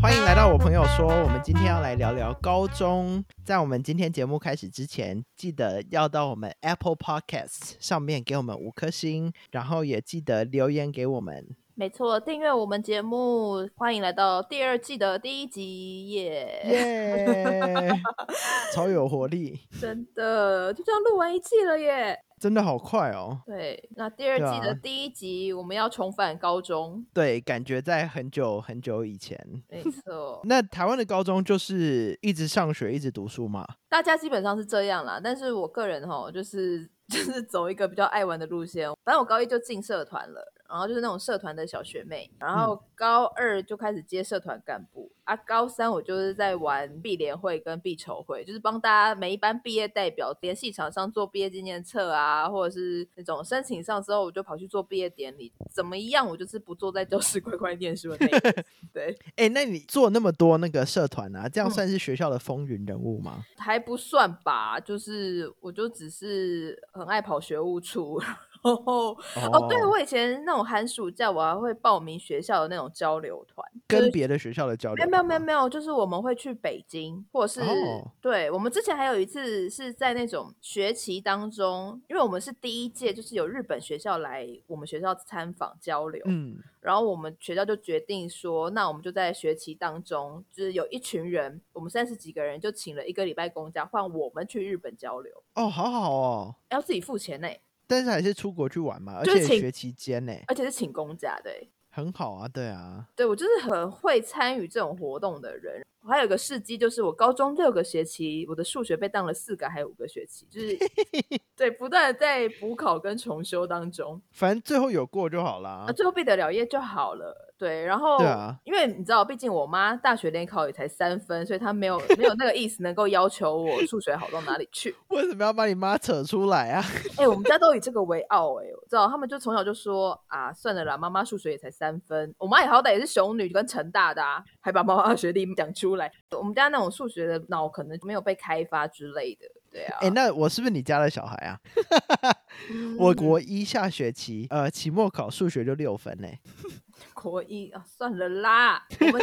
朋友说，我们今天要来聊聊高中。在我们今天节目开始之前，记得要到我们 Apple Podcast 上面给我们五颗星，然后也记得留言给我 们。没错，订阅我们节目，欢迎来到第二季的第一集耶耶，超有活力， 真的就这样录完一季了耶！真的好快哦。对，那第二对季的啊第一集我们要重返高中，对，感觉在很久很久以前。没错，那台湾的高中就是一直上学，一直读书嘛。大家基本上是这样啦。但是我个人哈，就是 就是走一个比较爱玩的路线。反正我高一就进社团了，然后就是那种社团的小学妹，然后高二就开始接社团干部。啊，高三我就是在玩毕联会跟毕筹会，就是帮大家每一班毕业代表联系厂商做毕业纪念册啊，或者是那种申请上之后，我就跑去做毕业典礼。怎么样，我就是不坐在教室 乖乖念书的那一个。对，哎，那你做那么多那个社团啊，这样嗯算是学校的风云人物吗？还不算吧，就是我就只是很爱跑学务处，然后哦，对我以前那种寒暑假我还会报名学校的那种交流团，跟别的学校的交没流有吗？没有没有没有，就是我们会去北京，或者是、哦对我们之前还有一次是在那种学期当中，因为我们是第一届，就是有日本学校来我们学校参访交流，嗯，然后我们学校就决定说，那我们就在学期当中，就是有一群人，我们三十几个人就请了一个礼拜公假，换我们去日本交流，哦，好好哦，要自己付钱呢、但是还是出国去玩嘛，而就是且请学期间呢，而且是请公假，对。很好啊，对啊，对我就是很会参与这种活动的人。我还有一个事迹，就是我高中六个学期，我的数学被当了四个，还有五个学期，就是对不断的在补考跟重修当中，反正最后有过就好啦啊，。最后毕得了业就好了。对，然后对啊因为你知道，毕竟我妈大学联考也才三分，所以她没有没有那个意思能够要求我数学好到哪里去。为什么要把你妈扯出来 啊？哎、我们家都以这个为傲哎、我知道他们就从小就说啊，算了啦，妈妈数学也才三分，我妈也好歹也是雄女跟成大的啊，还把妈妈的学历讲出来。我们家那种数学的脑可能没有被开发之类的，对啊。哎、那我是不是你家的小孩啊？嗯我国一下学期，呃，期末考数学就六分呢、国一啊，算了啦，我们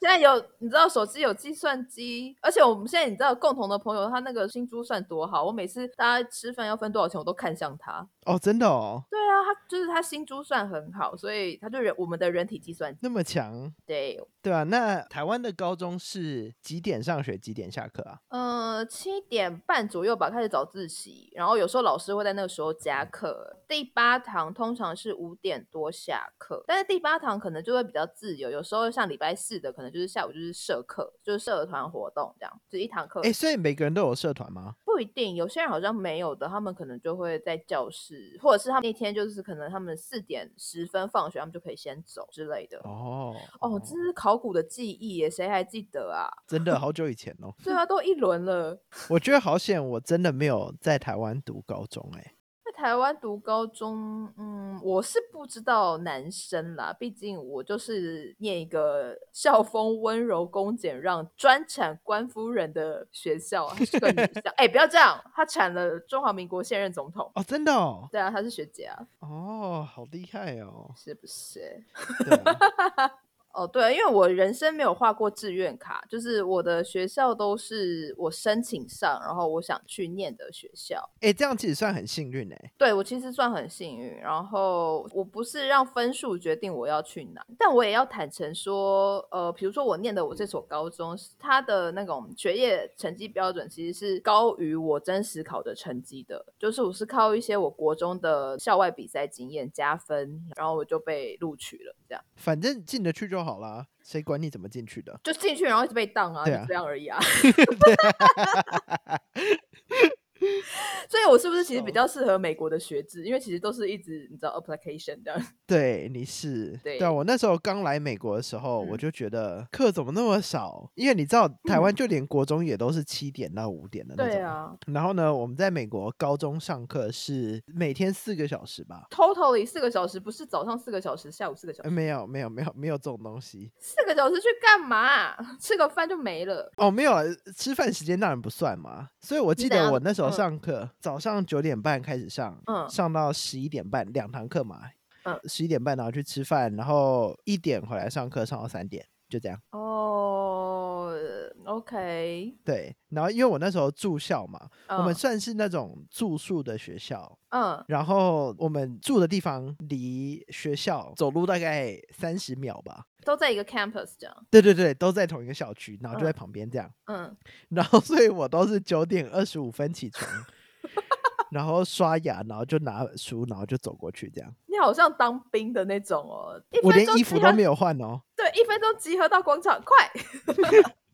现在有你知道手机有计算机，而且我们现在你知道共同的朋友他那个新珠算多好，我每次大家吃饭要分多少钱我都看向他。哦，真的哦，对啊，他就是他新珠算很好，所以他就人我们的人体计算机那么强，对对啊。那台湾的高中是几点上学，几点下课啊？呃，七点半左右吧，开始早自习，然后有时候老师会在那个时候加课。第八堂通常是五点多下课，但是第八堂可能就会比较自由，有时候像礼拜四的，可能就是下午就是社课，就是社团活动这样，就一堂课、哎、所以每个人都有社团吗？不一定，有些人好像没有的，他们可能就会在教室，或者是他们那天就是可能他们四点十分放学，他们就可以先走之类的。哦，哦，这是考古的记忆耶，谁还记得啊？真的好久以前哦。对啊，都一轮了。我觉得好险，我真的没有在台湾读高中、欸，哎，在台湾读高中，嗯，我是不知道男生啦，毕竟我就是念一个校风温柔、恭俭让、专产官夫人的学校，还是个女校。哎、不要这样，她产了中华民国现任总统。哦，真的哦，对啊，她是学姐啊，，哦，好厉害哦 是不是？对啊、哦，对，因为我人生没有画过志愿卡，就是我的学校都是我申请上，然后我想去念的学校。哎、这样其实算很幸运哎、对我其实算很幸运，然后我不是让分数决定我要去哪，但我也要坦诚说，呃，比如说我念的我这所高中，它的那种学业成绩标准其实是高于我真实考的成绩的，就是我是靠一些我国中的校外比赛经验加分，然后我就被录取了，这样反正进得去就好啦，谁管你怎么进去的？就进去，然后一直被当啊，对就啊这样而已啊。 所以，我是不是其哦实比较适合美国的学制？因为其实都是一直你知道 application 这样。对，你是对啊。我那时候刚来美国的时候，我嗯就觉得课怎么那么少？因为你知道，台湾就连国中也都是七点到五点的那种。对啊，然后呢，我们在美国高中上课是每天四个小时吧？ totally 四个小时，不是早上四个小时，下午四个小呃时，没有，没有，没有，没有这种东西四个小时去干嘛？ 吃个饭就没了。哦，没有啊，吃饭时间当然不算嘛。所以我记等得下我那时候嗯上课，早上九点半开始上，嗯上到十一点半，两堂课嘛，嗯十一点半然后去吃饭，然后一点回来上课，上到三点，就这样。哦、 OK，对，然后因为我那时候住校嘛，我们嗯算是那种住宿的学校，嗯然后我们住的地方离学校走路大概三十秒吧。都在一个 campus 这样，对对对，都在同一个小区，然后就在嗯旁边这样。嗯，然后 所以我都是九点二十五分起床，然后刷牙，然后就拿书，然后就走过去这样。你好像当兵的那种哦，一我分连钟衣服集都合没有换哦。对，一分钟集合到广场，快！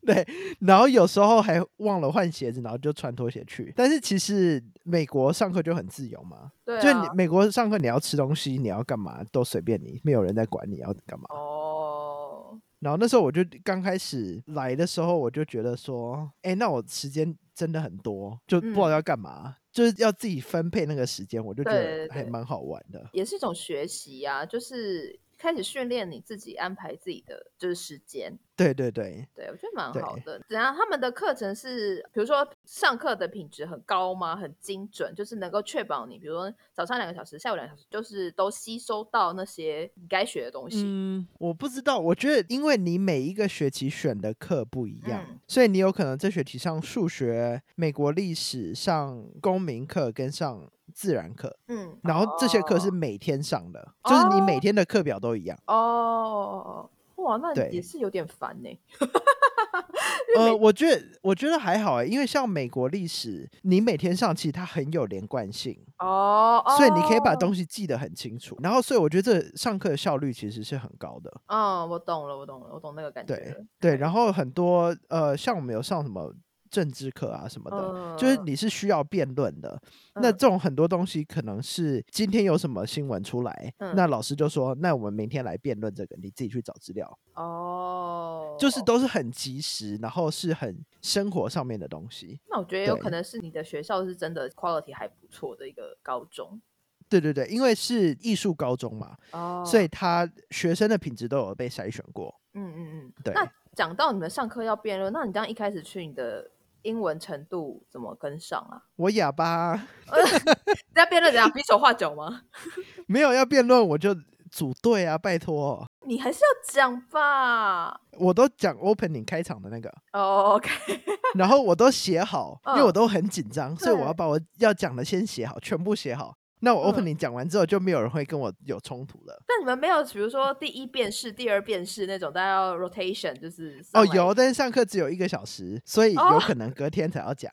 对，然后有时候还忘了换鞋子，然后就穿拖鞋去。但是其实美国上课就很自由嘛，对就啊，你美国上课你要吃东西，你要干嘛都随便你，没有人在管你要干嘛。哦，然后那时候我就刚开始来的时候，我就觉得说，哎，那我时间真的很多，就不知嗯道要干嘛，就是要自己分配那个时间，我就觉对得对还对蛮好玩的。也是一种学习呀、就是开始训练你自己安排自己的就是时间，对对对，对我觉得蛮对好的。怎样？他们的课程是，比如说上课的品质很高吗？很精准，就是能够确保你，比如说早上两个小时，下午两个小时，就是都吸收到那些你该学的东西。嗯，我不知道，我觉得因为你每一个学期选的课不一样，嗯所以你有可能这学期上数学、美国历史、上公民课跟上自然课，嗯，然后这些课是哦每天上的，就是你每哦天的课表都一 样。哦，哇，那对也是有点烦呢、呃，我觉得我觉得还好哎、因为像美国历史，你每天上其实它很有连贯性，哦，所以你可以把哦东西记得很清楚。然后，所以我觉得这上课的效率其实是很高的。嗯，我懂了，我懂了，我懂那个感觉对了。对，然后很多呃，像我们有上什么政治课啊什么的，就是嗯你是需要辩论的。那嗯这种很多东西可能是今天有什么新闻出来，嗯那老师就说，那我们明天来辩论这个，你自己去找资料，哦，就是都是很及时，然后是很生活上面的东西。那我觉得有对可能是你的学校是真的 quality 还不错的一个高中对对对，因为是艺术高中嘛，哦，所以他学生的品质都有被筛选过。嗯嗯嗯，对那讲到你们上课要辩论，那你这样一开始去你的英文程度怎么跟上啊？我哑巴，你在辩 论怎样比手画脚吗？没有要辩论我就组队啊，拜托，你还是要讲吧。我都讲 opening 开场的那个，哦、o k 然后我都写好，因为我嗯都很紧张，所以我要对把我要讲的先写好，全部写好。那我嗯 opening 讲完之后，就没有人会跟我有冲突了。但你们没有，比如说第一遍是、第二遍是那种，大家要 rotation，就是上哦，来有，但是上课只有一个小时，所以有哦可能隔天才要讲。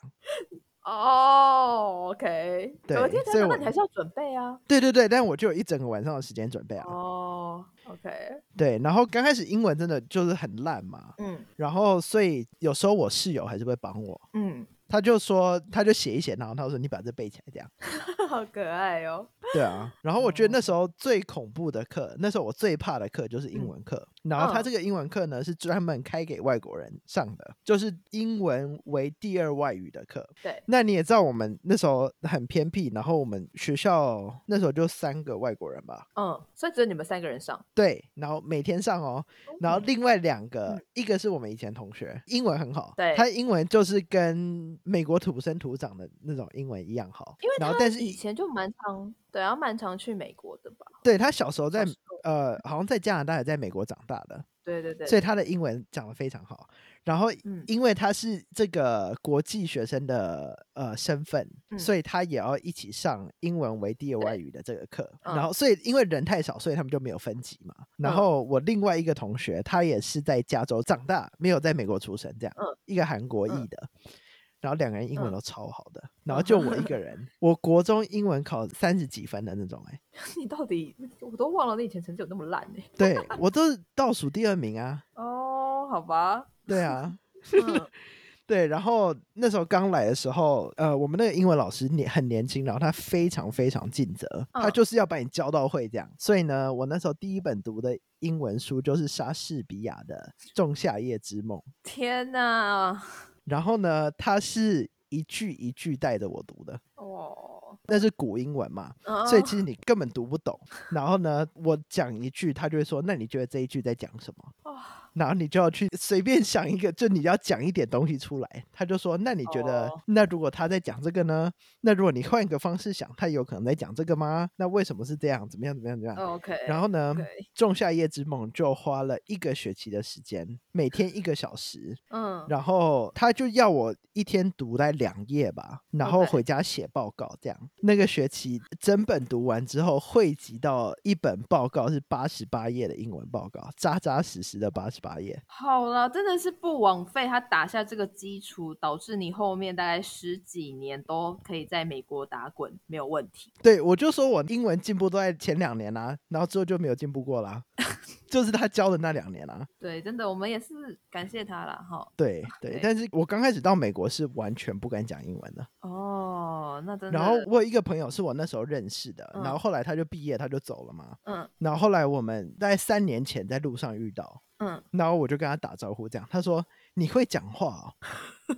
哦，OK，对隔天才所以那我你还是要准备啊。对对对，但我就有一整个晚上的时间准备啊。哦，OK，对，然后刚开始英文真的就是很烂嘛，嗯然后所以有时候我室友还是会帮我，嗯，他就说他就写一写，然后他说你把这背起来这样。 好可爱哦。 对啊，然后我觉得那时候最恐怖的课，那时候我最怕的课就是英嗯文课。然后他嗯这个英文课呢是专门开给外国人上的，就是英文为第二外语的课。对那你也知道我们那时候很偏僻，然后我们学校那时候就三个外国人吧，嗯，所以只有你们三个人上。对，然后每天上哦，然后嗯另外两个，嗯一个是我们以前同学，英文很好，对他英文就是跟美国土生土长的那种英文一样好，因为然后他但是以一前就蛮常对，然后蛮常去美国的吧？对他小时候在时候呃，好像在加拿大还在美国长大的，对对对，所以他的英文讲得非常好。然后嗯，因为他是这个国际学生的呃身份，嗯所以他也要一起上英文为第二外语的这个课。嗯然后，所以因为人太少，所以他们就没有分级嘛。然嗯后我另外一个同学，他也是在加州长大，没有在美国出生，这样、嗯一个韩国嗯裔的。然后两个人英文嗯都超好的，然后就我一 个人，我国中英文考三十几分的那种、 欸，哎， 你到底我都忘了你以前成绩有那么烂呢、对我都是倒数第二名啊，哦，好吧，对啊， 嗯对，然后那时候刚来的时候，呃，我们那个英文老师年很年轻，然后他非常非常尽责，他嗯就是要把你教到会这样。所以呢，我那时候第一本读的英文书就是莎士比亚的《仲夏夜之梦》，天哪，然后呢，他是一句一句带着我读的，哦，那是古英文嘛，嗯所以其实你根本读不懂。然后呢，我讲一句，他就会说：“那你觉得这一句在讲什么？”哦然后你就要去随便想一个，就你要讲一点东西出来。他就说：“那你觉得，哦那如果他在讲这个呢？那如果你换一个方式想，他有可能在讲这个吗？那为什么是这样？怎么样？怎么样？怎么样？” ，OK，然后呢，《哦对，仲夏夜之梦》就花了一个学期的时间，每天一个小时，嗯，然后他就要我一天读来两页吧，然后 OK 回家写报告这样。那个学期整本读完之后，汇集到一本报告是八十八页的英文报告，扎扎实实的八十八页。好了，真的是不枉费他打下这个基础，导致你后面大概十几年都可以在美国打滚，没有问题。对我就说我英文进步都在前两年啦、然后之后就没有进步过啦， 就是他教的那两年啦、对，真的，我们也是感谢他啦。哈。对对对，但是我刚开始到美国是完全不敢讲英文的。哦，那真的，然后我有一个朋友是我那时候认识的，然嗯后后来他就毕业，他就走了嘛。嗯然后后来我们在三年前在路上遇到，嗯，然后我就跟他打招呼，这样他说你会讲话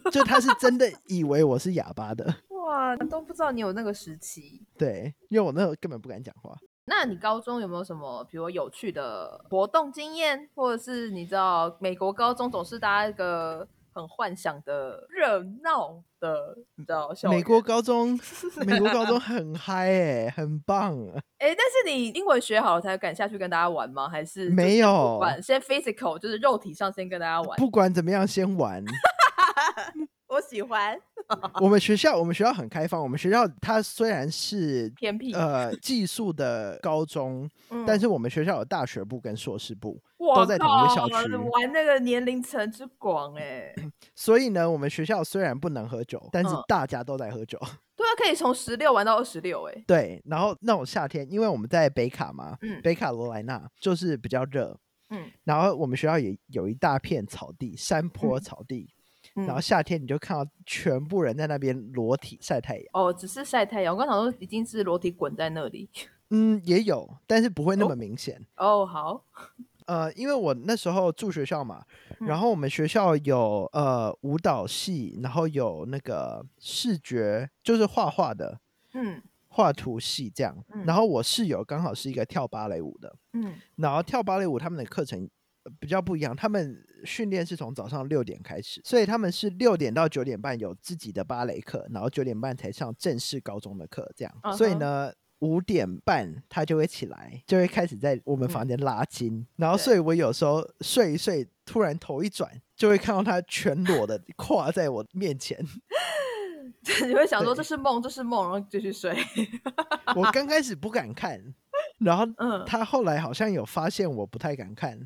哦，就他是真 的以为我是哑巴的，哇，都不知道你有那个时期。对，因为我那时候根本不敢讲话。那你高中有没有什么，比如有趣的活动经验，或者是你知道美国高中总是大家一个很幻想的热闹的，你知道校美园国高 中，美国高中很嗨哎、很棒。哎，但是你英文学好了才敢下去跟大家玩吗？还是 就没先不有管先 physical，就是肉体上先跟大家玩。不管怎么样，先玩。 我喜欢我们学校，我们学校很开放。我们学校它虽然是偏僻，呃技术的高中，嗯但是我们学校有大学部跟硕士部，我都在同一个靠校区玩那个年龄层之广哎、 所以呢，我们学校虽然不能喝酒，但是嗯大家都在喝 酒。对啊，可以从十六玩到二十六哎，对，然后那种夏天，因为我们在北卡嘛，嗯北卡罗来纳就是比较热，嗯然后我们学校也有一大片草地，山坡草地，嗯然后夏天你就看到全部人在那边裸体晒太阳。哦，只是晒太阳。我刚想说已经是裸体滚在那里。嗯，也有，但是不会那哦么明显。哦，好，呃，因为我那时候住学校嘛，然嗯后我们学校有呃舞蹈系，然后有那个视觉，就是画画的嗯画图系这样。嗯然后我室友刚好是一个跳芭蕾舞的，嗯 然后跳芭蕾舞他们的课程呃比较不一样，他们训练是从早上六点开始，所以他们是六点到九点半有自己的芭蕾课，然后九点半才上正式高中的课这样。所以嗯哼呢。五点半他就会起来，就会开始在我们嗯房间拉筋，然后对所以我有时候睡一睡，突然头一转，就会看到他全裸的跨在我面前。 你会想说对这是梦，这是梦，然后继续睡。我刚开始不敢看， 然后嗯，他后来好像有发现我不太敢看，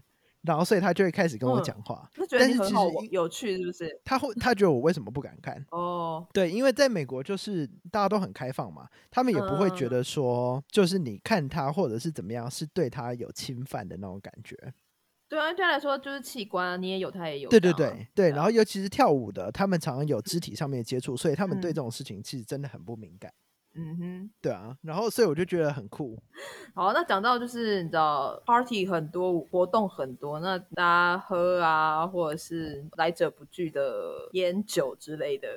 然后所以他就会开始跟我嗯讲话。就觉得但你是很其好实玩一有趣，是不是？他会他觉得我为什么不敢看？哦，对，因为在美国就是大家都很开放嘛，他们也不会觉嗯得说就是你看他或者是怎么样是对他有侵犯的那种感觉。对啊，对他来说就是器官啊，你也有，他也有。对对这样啊对对，然后尤其是跳舞的，他们常常有肢体上面的接触，所以他们对嗯这种事情其实真的很不敏感。嗯哼。对啊，然后所以我就觉得很酷。好，那讲到就是你知道，party 很多，活动很多，那大家喝啊，或者是来者不拒的烟酒之类的，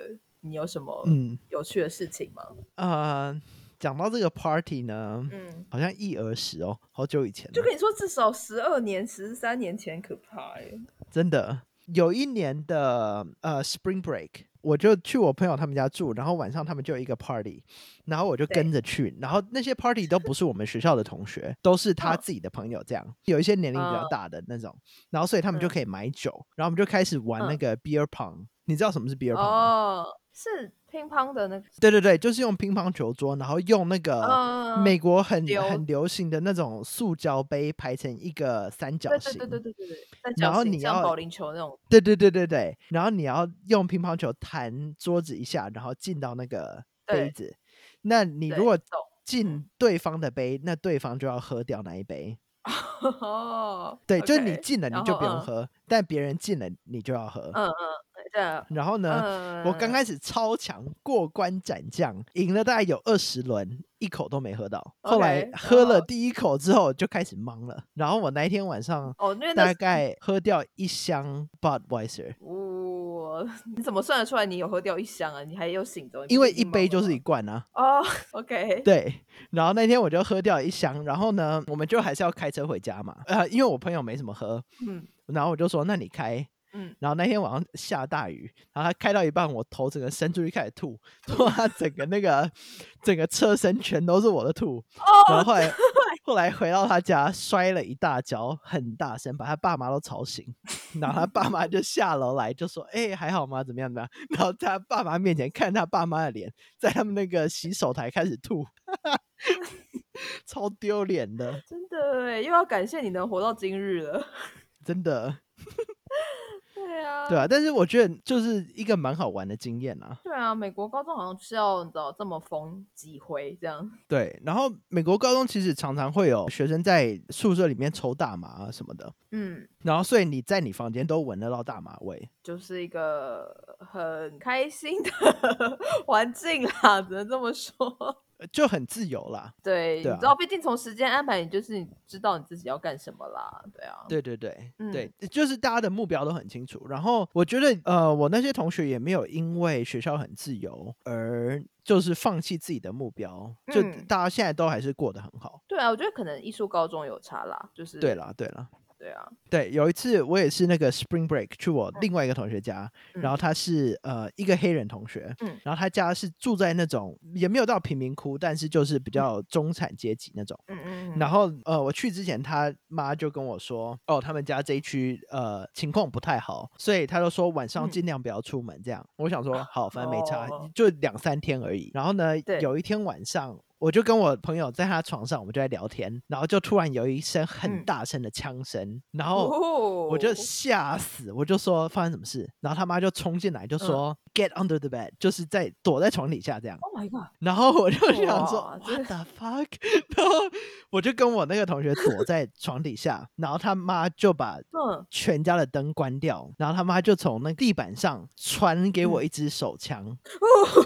你有什么嗯有趣的事情吗？呃，讲到这个 party 呢，嗯，好像一而十哦，好久以前了就跟你说，至少十二年、十三年前可怕欸真的。有一年的呃 Spring Break，我就去我朋友他们家住，然后晚上他们就有一个 party，然后我就对跟着去，然后那些 party 都不是我们学校的同学，都是他嗯自己的朋友这样，有一些年龄比较嗯大的那种，然后所以他们就嗯可以买酒，然后我们就开始玩那嗯个 beer pong，你知道什么是 beer pong 吗？哦，是乒乓的那个，对对对，就是用乒乓球桌，然后用那啊个嗯，美国很流很流行的那种塑胶杯排成一个三角对对形，对对对对对，三然角后形你像要保龄球那种， 对对对对对，然后你要用乒乓球弹桌子一下，然后进到那个杯对子。那你对嗯如果懂进对方的杯，那对方就要喝掉那一杯。哦，对，就是你 OK，进了你然就后不用嗯喝，但别人进了你就要喝。嗯嗯，的，然后呢，嗯，呃我刚开始超强过关斩将，赢了大概有二十轮，一口都没喝到。后来 OK，喝了哦第一口之后就开始懵了，然后我那一天晚上哦，因为那大是概喝掉一箱 Budweiser，我 你怎么算得出来你有喝掉一箱啊？你还有醒着？你不因为已一经杯懵就了是一吗罐啊。哦，OK，对，然后那天我就喝掉一箱，然后呢，我们就还是要开车回家嘛。呃，因为我朋友没什么喝，嗯然后我就说那你开。嗯，然后那天晚上下大雨，然后他开到一半，我头整个伸出去开始吐， 吐到他整个那个整个车身全都是我的吐。然后后来后来回到他家，摔了一大跤，很大声，把他爸妈都吵醒。然后他爸妈就下楼来，就说：“哎、还好吗？怎么样怎么样？”然后在他爸妈面前看他爸妈的脸，在他们那个洗手台开始吐， 超丢脸的，真的哎，又要感谢你能活到今日了。 真的，对啊，对啊。但是我觉得就是一个蛮好玩的经验啊。对啊，美国高中好像是要你知道这么疯几回这样。对，然后美国高中其实常常会有学生在宿舍里面抽大麻啊什么的，嗯，然后所以你在你房间都闻得到大麻味。就是一个很开心的 环境啦，只能这么说。 呃就很自由啦，对，对啊你知道，毕竟从时间安排，你就是你知道你自己要干什么啦。对啊，对对对、对，嗯就是大家的目标都很清楚。然后我觉得，呃，我那些同学也没有因为学校很自由而就是放弃自己的目标，就嗯大家现在都还是过得很好。对啊，我觉得可能艺术高中有差啦，就是对啦，对啦，对啊，对，有一次我也是那个 Spring Break 去我嗯另外一个同学家，然后他是呃一个黑人同学，嗯然后他家是住在那种也没有到贫民窟，但是就是比较中产阶级那种。嗯嗯，然后呃，我去之前，他妈就跟我说，哦，他们家这一区呃情况不太好，所以他就说晚上嗯啊尽量不要出门这样。我想说，好，反正没差，哦就两三天而已。然后呢对，有一天晚上。我就跟我朋友在他床上，我们就在聊天，然后就突然有一声很嗯哦大声的枪声，然后后我就吓死，我就说发生什么事，然后他妈就冲进嗯来就说、get under the bed，就是在躲在床底下这样。 Oh my God，然后我就想说哇这 what the fuck，然 后我就跟我那个同学躲在床底下，然后他妈就把嗯，全家的灯关掉，然后他妈就从那个地板上传给嗯我一支手枪，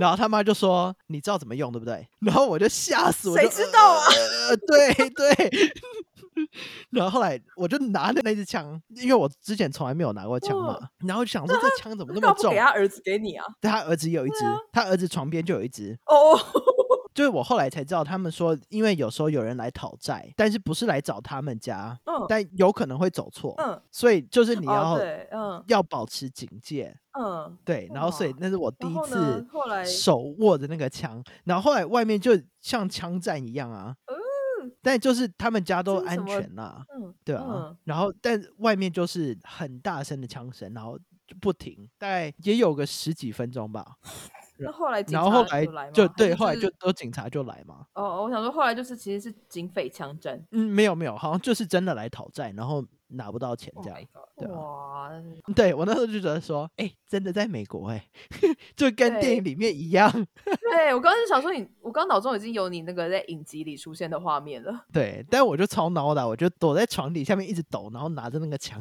然后他妈就说：“你知道怎么用对不对？”然后我就吓死，我谁就知道啊？呃呃对 对。然后后来我就拿着那支枪，因为我之前从来没有拿过枪嘛，嗯然后想说这枪怎么那么干嘛不重给？他儿子给你啊？但他儿子有一支，他儿子床边就有一支。哦，就是我后来才知道，他们说因为有时候有人来讨债，但是不是来找他们家，嗯但有可能会走错，嗯，所以就是你哦要、对，嗯要保持警戒。嗯，对，然后所以哇那是我第然一后次呢，后来手握着那个枪，然后后来外面就像枪战一样啊。但就是他们家都这是嗯什安么全啦，嗯，对啊。嗯然后但外面就是很大声的枪声，然后就不停，大概也有个十几分钟吧。那后来警然后后察来有来就吗还对，是后来就是都警察就来嘛。哦，我想说后来就是其实是警匪枪战。嗯，没有没有，好像就是真的来讨债，然后拿不到钱 Oh 这 my 样。 god，对啊哇，真是对我那时候就觉得说，哎、真的在美国哎、 就跟电对影里面一样。对我刚刚就想说你，我刚脑中已经有你那个在影集里出现的画面了。对，但我就超孬的，我就躲在床底下面一直抖，然后拿着那个枪。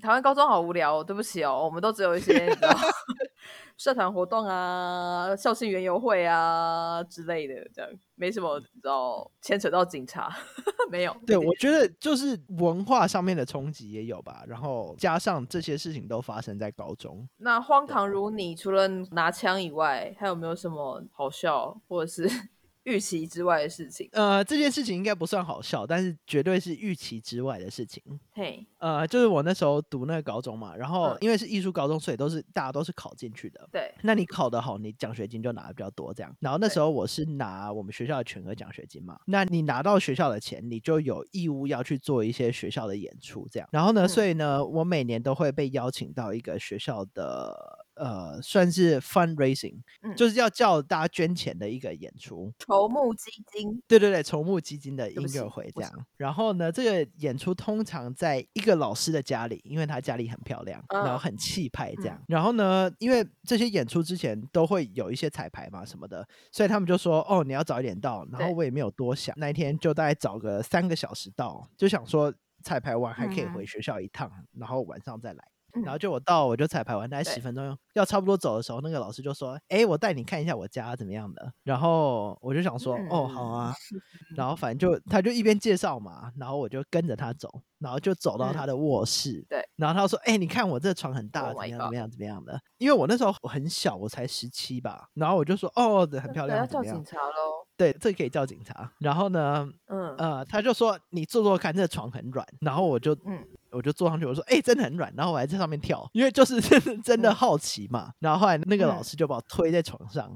台湾高中好无聊、哦，对不起哦，我们都只有一些 你知道社团活动啊、校庆园游会啊之类的，这样没什么你知道牵扯到警察， 没有。 嗯对，我觉得就是文化上面的冲击也有吧，然后加上这些事情都发生在高中。 那荒唐如你，除了拿枪以外，还有没有什么好笑或者是 预期之外的事情？呃，这件事情应该不算好笑，但是绝对是预期之外的事情。嘿，呃，就是我那时候读那个高中嘛，然后嗯因为是艺术高中，所以都是大家都是考进去的。对，那你考得好，你奖学金就拿的比较多，这样。然后那时候我是拿我们学校的全额奖学金嘛，那你拿到学校的钱，你就有义务要去做一些学校的演出，这样。然后呢，嗯所以呢，我每年都会被邀请到一个学校的呃，算是 fundraising，、嗯就是要叫大家捐钱的一个演出。筹募基金，对对对，筹募基金的不音乐起会这我想样。然后呢，这个演出通常在一个老师的家里，因为他家里很漂亮，然后嗯很气派这样嗯。然后呢，因为这些演出之前都会有一些彩排嘛什么的，所以他们就说：“哦，你要早一点到。”然后对我也没有多想，那一天就大概早个三个小时到，就想说彩排完还可以嗯回学校一趟，然后晚上再来。然后就我到我就彩排完大概对十分钟，要差不多走的时候，那个老师就说：“哎，我带你看一下我家怎么样的。”然后我就想说：“哦，好啊。”嗯然后反正就他就一边介绍嘛，然后我就跟着他走，然后就走到他的卧室。嗯对，然后他说：“哎，你看我这床很大， Oh 怎么 my 样怎么样怎么样的？”因为我那时候我很小，我才十七吧，然后我就说：“哦，很漂嗯对要亮，怎叫么样警？”察喽。对，这可以叫警察。然后呢，嗯，呃，他就说你坐坐看，这床很软。然后我就嗯我就坐上去，我说哎、真的很软。然后我还在上面跳，因为就是 真的嗯好奇嘛。然后后来那个老嗯师就把我推在床上，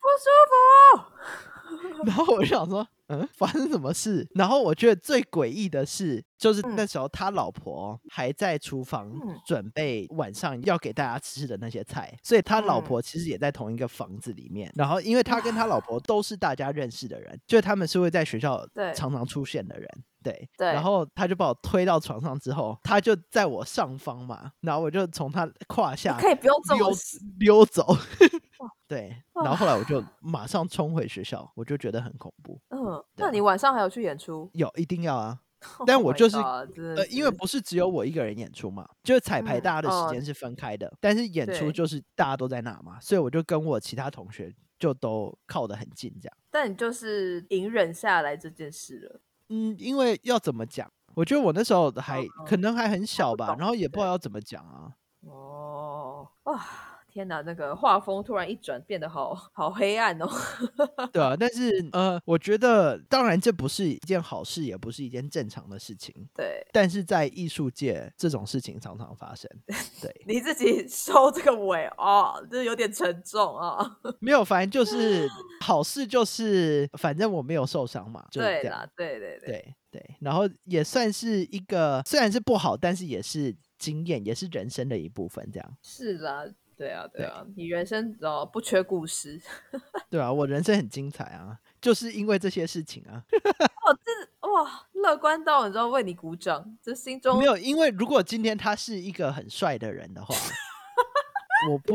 不舒服。 然后我就想说，嗯，发生什么事？然后我觉得最诡异的是，就是嗯那时候他老婆还在厨房嗯准备晚上要给大家吃的那些菜，所以他老嗯婆其实也在同一个房子里面。然后，因为他跟他 老婆都是大家认识的人，就是他们是会在学校对常常出现的人。对，对然后他就把我推到床上之后，他就在我上方嘛，然后我就从他胯你下可以不用这么溜溜走，对，哇然后后来我就马上冲回学校，我就觉得很恐怖，嗯，对那你晚上还有去演出？有一定要 啊，但 Oh 我 my 就是 God，真的呃，因为是不是只有我一个人演出嘛，就是彩排嗯大家的哦时间是分开的，但是演出对就是大家都在那嘛，所以我就跟我其他同学就都靠得很近这样，但你就是隐忍下来这件事了。嗯，因为要怎么讲，我觉得我那时候还、可能还很小嗯不吧，懂然后也不知对道要怎么讲啊，哦，哇，天哪，那个画风突然一转，变得好好黑暗哦。 对啊，但是呃，我觉得当然这不是一件好事，也不是一件正常的事情，对但是在艺术界这种事情常常发 生。对，你自己 收这个尾哦，这有点沉重啊、没有，反正 就是好事就是，反正我没有受伤嘛，就是对这样。啦，对对对，对对，然后也算是一个，虽然是不好，但是也是经验，也是人生的一部分，这样。是啦，对啊，对对啊，你人生哦不缺故事。 对啊，我人生很精彩啊，就是因为这些事情啊。哇，乐观到你知道为你鼓掌，这心中没有，因为如果今天他是一个很帅的人的 话，我不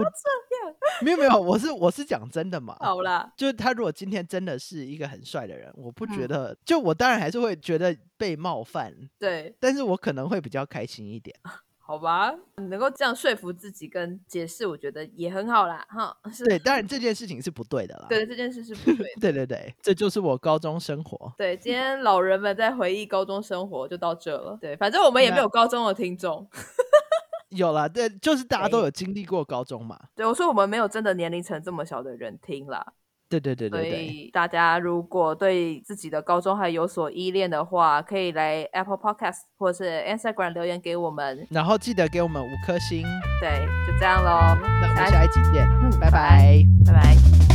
没有没有，我是我是讲真的嘛。好啦。就是他如果今天真的是一个很帅的人，我不觉嗯得，就我当然还是会觉得被冒犯，对，但是我可能会比较开心一点。啊好吧，你能够这样说服自己跟解释，我觉得也很好啦，哈。是，对，当然这件事情是不对的啦。对这件事是不对的。对对对，这就是我高中生活。对，今天老人们在回忆高中生活就到这了。对，反正我们也没有高中的听众。有啦，对，就是大家都对有经历过高中嘛。对，我说我们没有真的年龄层这么小的人听啦。对对对对所对，以大家如果对自己的高中还有所依恋的话，可以来 Apple Podcast 或是 Instagram 留言给我们。然后记得给我们五颗星，对，就这样喽。那我们下一集见，嗯拜拜拜拜拜。